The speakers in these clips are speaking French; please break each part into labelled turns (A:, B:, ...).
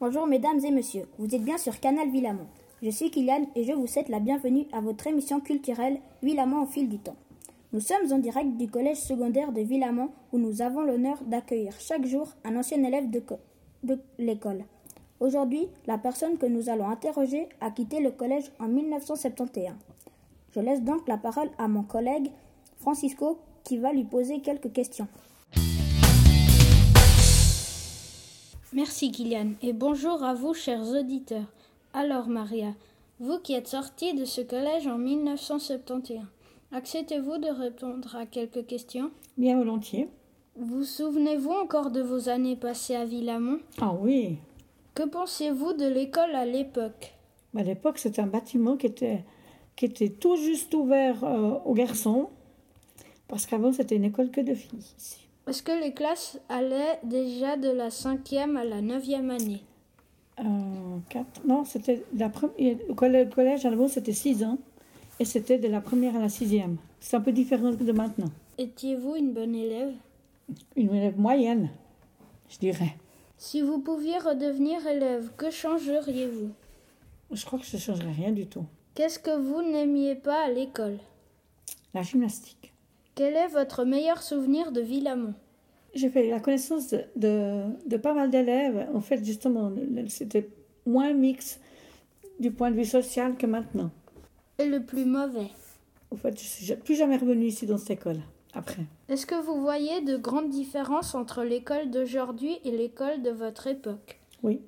A: Bonjour mesdames et messieurs, vous êtes bien sur Canal Villamont. Je suis Kylian et je vous souhaite la bienvenue à votre émission culturelle Villamont au fil du temps. Nous sommes en direct du collège secondaire de Villamont où nous avons l'honneur d'accueillir chaque jour un ancien élève de, co- de l'école. Aujourd'hui, la personne que nous allons interroger a quitté le collège en 1971. Je laisse donc la parole à mon collègue Francisco qui va lui poser quelques questions.
B: Merci Kylian et bonjour à vous chers auditeurs. Alors Maria, vous qui êtes sortie de ce collège en 1971, acceptez-vous de répondre à quelques questions
C: Bien volontiers.
B: Vous souvenez-vous encore de vos années passées à Villamont
C: Ah oui.
B: Que pensez-vous de l'école à l'époque
C: À l'époque, c'était un bâtiment qui était, qui était tout juste ouvert euh, aux garçons, parce qu'avant, c'était une école que de filles. ici.
B: Est-ce que les classes allaient déjà de la cinquième à la neuvième année
C: Euh, quatre, non, c'était la première. Au collège, le collège, avant, c'était six ans, et c'était de la première à la sixième. C'est un peu différent de maintenant.
B: Étiez-vous une bonne élève
C: Une élève moyenne, je dirais.
B: Si vous pouviez redevenir élève, que changeriez-vous
C: Je crois que je ne changerais rien du tout.
B: Qu'est-ce que vous n'aimiez pas à l'école
C: La gymnastique.
B: Quel est votre meilleur souvenir de Villamont
C: J'ai fait la connaissance de, de, de pas mal d'élèves. En fait, justement, le- c'était moins mixte du point de vue social que maintenant.
B: Et le plus mauvais
C: En fait, je suis ja- plus jamais revenue ici dans cette école après.
B: Est-ce que vous voyez de grandes différences entre l'école d'aujourd'hui et l'école de votre époque
C: Oui.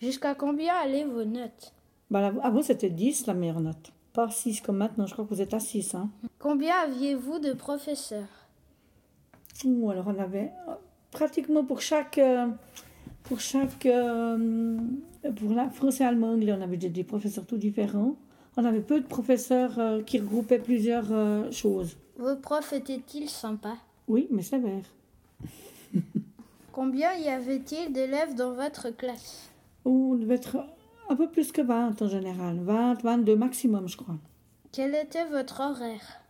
B: Jusqu'à combien allaient vos notes
C: Bah, là- avant, c'était 10 la meilleure note. Pas 6 comme maintenant. Je crois que vous êtes à 6. Hein.
B: Combien aviez-vous de professeurs
C: Ou alors, on avait euh, pratiquement pour chaque. euh, pour chaque. euh, pour la français, allemand, anglais, on avait des, des professeurs tout différents. On avait peu de professeurs euh, qui regroupaient plusieurs euh, choses.
B: Vos profs étaient-ils sympas
C: Oui, mais sévères.
B: Combien y avait-il d'élèves dans votre classe
C: On devait être un peu plus que 20 en général, 20, 22 maximum, je crois.
B: Quel était votre horaire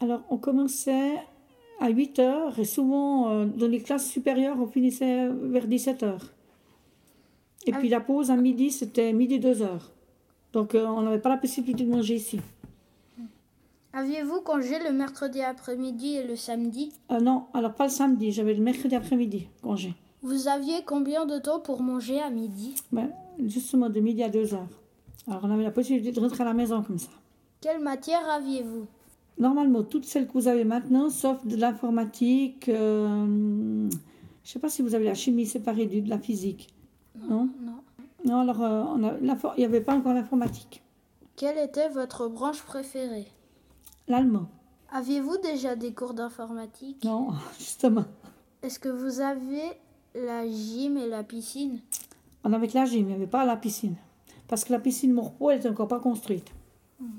C: Alors, on commençait à 8 heures et souvent, euh, dans les classes supérieures, on finissait vers 17 heures. Et
B: Ah
C: puis, la pause à midi, c'était midi 2 heures. Donc, euh, on n'avait pas la possibilité de manger ici.
B: Aviez-vous congé le mercredi après-midi et le samedi
C: Ah non, alors pas le samedi, j'avais le mercredi après-midi, congé.
B: Vous aviez combien de temps pour manger à midi
C: Ben, justement, de midi à 2 heures. Alors, on avait la possibilité de rentrer à la maison comme ça.
B: Quelle matière aviez-vous
C: Normalement, toutes celles que vous avez maintenant, sauf de l'informatique, euh, je ne sais pas si vous avez la chimie séparée du- de la physique. Non
B: Non.
C: Non, alors euh, on a- l'info- il n'y avait pas encore l'informatique.
B: Quelle était votre branche préférée
C: L'allemand
B: Aviez-vous déjà des cours d'informatique
C: Non, justement.
B: Est-ce que vous avez la gym et la piscine
C: On avait que la gym, il n'y avait pas la piscine. Parce que la piscine Morpeau, elle n'était encore pas construite.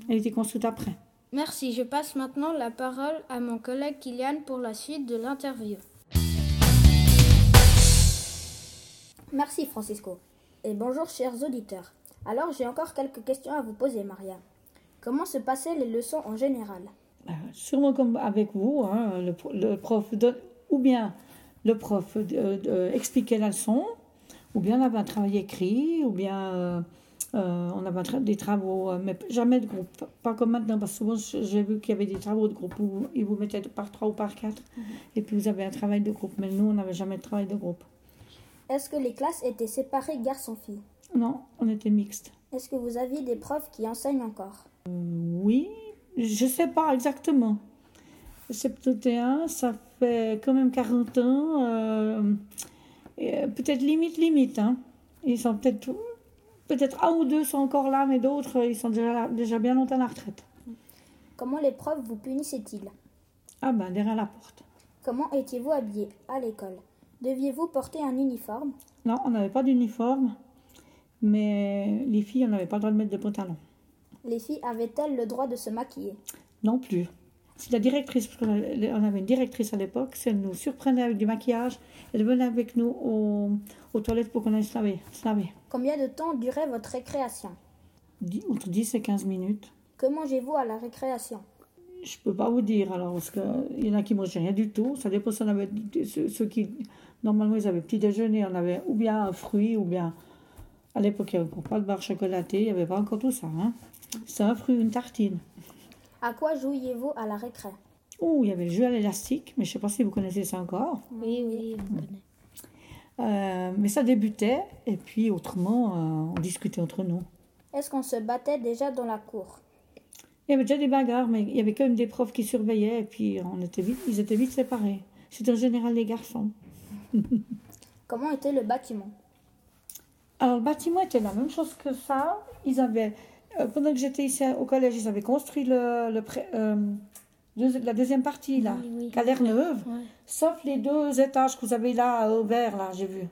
C: Elle était construite après.
B: Merci, je passe maintenant la parole à mon collègue Kylian pour la suite de l'interview.
A: Merci Francisco. Et bonjour chers auditeurs. Alors j'ai encore quelques questions à vous poser Maria. Comment se passaient les leçons en général
C: Euh, sûrement comme avec vous, hein, le, pro- le prof donne- ou bien le prof euh, euh, expliquait la leçon, ou bien on avait un travail écrit, ou bien euh, euh, on avait un tra- des travaux, euh, mais jamais de groupe, pas- pas comme maintenant, parce que souvent je- j'ai vu qu'il y avait des travaux de groupe où ils vous mettaient par trois ou par quatre, et puis vous avez un travail de groupe, mais nous on n'avait jamais de travail de groupe.
A: Est-ce que les classes étaient séparées garçons-filles
C: Non, on était mixte.
A: Est-ce que vous aviez des profs qui enseignent encore
C: Oui, je sais pas exactement. 71, ça fait quand même 40 ans. euh, et, euh, peut-être limite, limite. hein. Ils sont peut-être. Peut-être un ou deux sont encore là, mais d'autres, euh, ils sont déjà, là- déjà bien longtemps à la retraite.
A: Comment les profs vous punissaient-ils
C: Ah ben, derrière la porte.
A: Comment étiez-vous habillés à l'école Deviez-vous porter un uniforme
C: Non, on n'avait pas d'uniforme, mais les filles, on n'avait pas le droit de mettre de pantalon.
A: Les filles avaient-elles le droit de se maquiller
C: Non plus. Si la directrice, parce qu'on avait- on avait une directrice à l'époque, si elle nous surprenait avec du maquillage, elle venait avec nous au- aux toilettes pour qu'on aille se laver. se laver.
A: Combien de temps durait votre récréation
C: Dix- Entre 10 et 15 minutes.
A: Que mangez-vous à la récréation
C: Je peux pas vous dire alors parce que il y en a qui mangent rien du tout. Ça dépend si on avait ceux, ceux qui normalement ils avaient petit déjeuner, on avait ou bien un fruit ou bien à l'époque il n'y avait encore pas de barre chocolatée, il n'y avait pas encore tout ça. Hein. C'était un fruit, une tartine.
A: À quoi jouiez-vous à la récré
C: Oh, il y avait le jeu à l'élastique, mais je sais pas si vous connaissez ça encore.
B: Oui, oui, on connaît.
C: Euh, mais ça débutait et puis autrement euh, on discutait entre nous.
A: Est-ce qu'on se battait déjà dans la cour
C: Il y avait déjà des bagarres, mais il y avait quand même des profs qui surveillaient et puis on était vite, ils étaient vite séparés. C'était en général les garçons.
A: Comment était le bâtiment
C: Alors le bâtiment était la même chose que ça. Ils avaient, euh, pendant que j'étais ici au collège, ils avaient construit le, le pré- euh, deux- la deuxième partie là,
B: Oui, oui.
C: Calère Neuve,
B: Ouais.
C: sauf les deux étages que vous avez là au vert là, j'ai vu.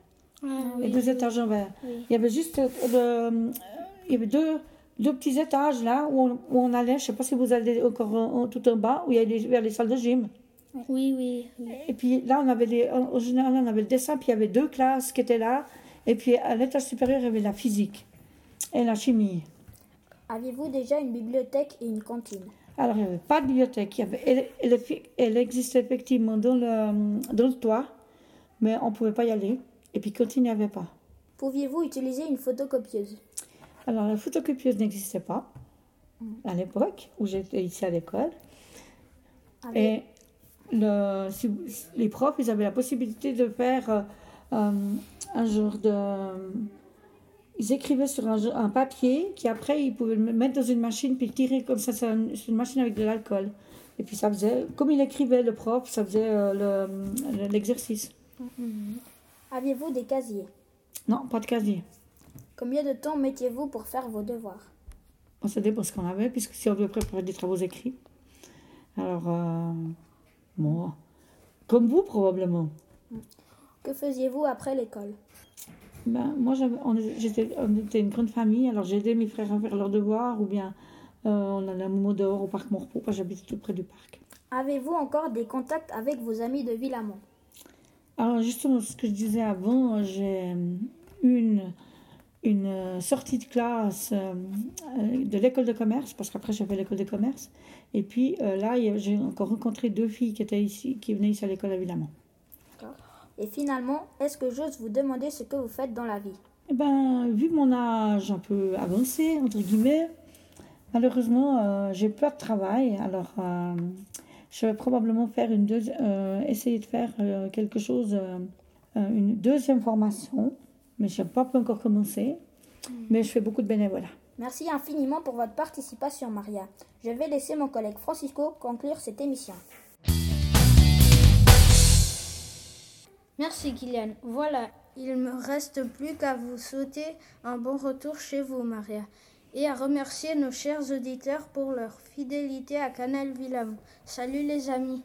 B: Ah,
C: Les
B: oui.
C: deux étages en verre.
B: Oui.
C: Il y avait juste euh, le- euh, il y avait deux, deux petits étages là où on, où on allait. Je ne sais pas si vous allez encore en- en- tout en bas où il y a les, vers les salles de gym.
B: oui, oui, oui.
C: Et puis là, on avait les, en, en général, on avait le dessin, puis il y avait deux classes qui étaient là. Et puis à l'étage supérieur, il y avait la physique et la chimie.
A: Aviez-vous déjà une bibliothèque et une cantine
C: Alors, il n'y avait pas de bibliothèque. Il y avait- elle, elle effi- elle existait effectivement dans le, dans le toit, mais on ne pouvait pas y aller. Et puis, quand il n'y avait pas.
A: Pouviez-vous utiliser une photocopieuse
C: Alors, la photocopieuse n'existait pas à l'époque où j'étais ici à l'école.
A: Avez-
C: Et le, si vous- si- les profs, ils avaient la possibilité de faire euh, euh, un genre de. Ils écrivaient sur un, jo- un papier qui, après, ils pouvaient le mettre dans une machine puis le tirer comme ça. C'est un- c'est une machine avec de l'alcool. Et puis, ça faisait. Comme il écrivait, le prof, ça faisait euh, le- l'exercice.
A: Aviez-vous des casiers
C: non, pas de casier.
A: Combien de temps mettiez-vous pour faire vos devoirs
C: On se dépend ce qu'on avait, puisque si on veut préparer des travaux écrits. Alors, euh, moi, comme vous probablement.
A: Que faisiez-vous après l'école
C: Ben, moi, j'avais- on, est- j'étais- on était une grande famille, alors j'aidais mes frères à faire leurs devoirs, ou bien euh, on allait un moment dehors au parc Morpeau, parce que j'habitais tout près du parc.
A: Avez-vous encore des contacts avec vos amis de Villamont
C: Alors, justement, ce que je disais avant, euh, j'ai euh, une, une euh, sortie de classe euh, euh, de l'école de commerce, parce qu'après j'avais l'école de commerce, et puis euh, là, il y a- j'ai encore rencontré deux filles qui étaient ici, qui venaient ici à l'école à Villamont.
A: Et finalement, est-ce que j'ose vous demander ce que vous faites dans la vie
C: Eh ben, vu mon âge un peu avancé, entre guillemets, malheureusement, euh, j'ai pas de travail. Alors, euh, je vais probablement faire une deuxi- euh, essayer de faire euh, quelque chose, euh, euh, une deuxième formation, mais je n'ai pas encore commencé. Mais je fais beaucoup de bénévolat.
A: Merci infiniment pour votre participation, Maria. Je vais laisser mon collègue Francisco conclure cette émission.
B: Merci Kylian. Voilà, il me reste plus qu'à vous souhaiter un bon retour chez vous, Maria, et à remercier nos chers auditeurs pour leur fidélité à Canal Villamont. Salut les amis.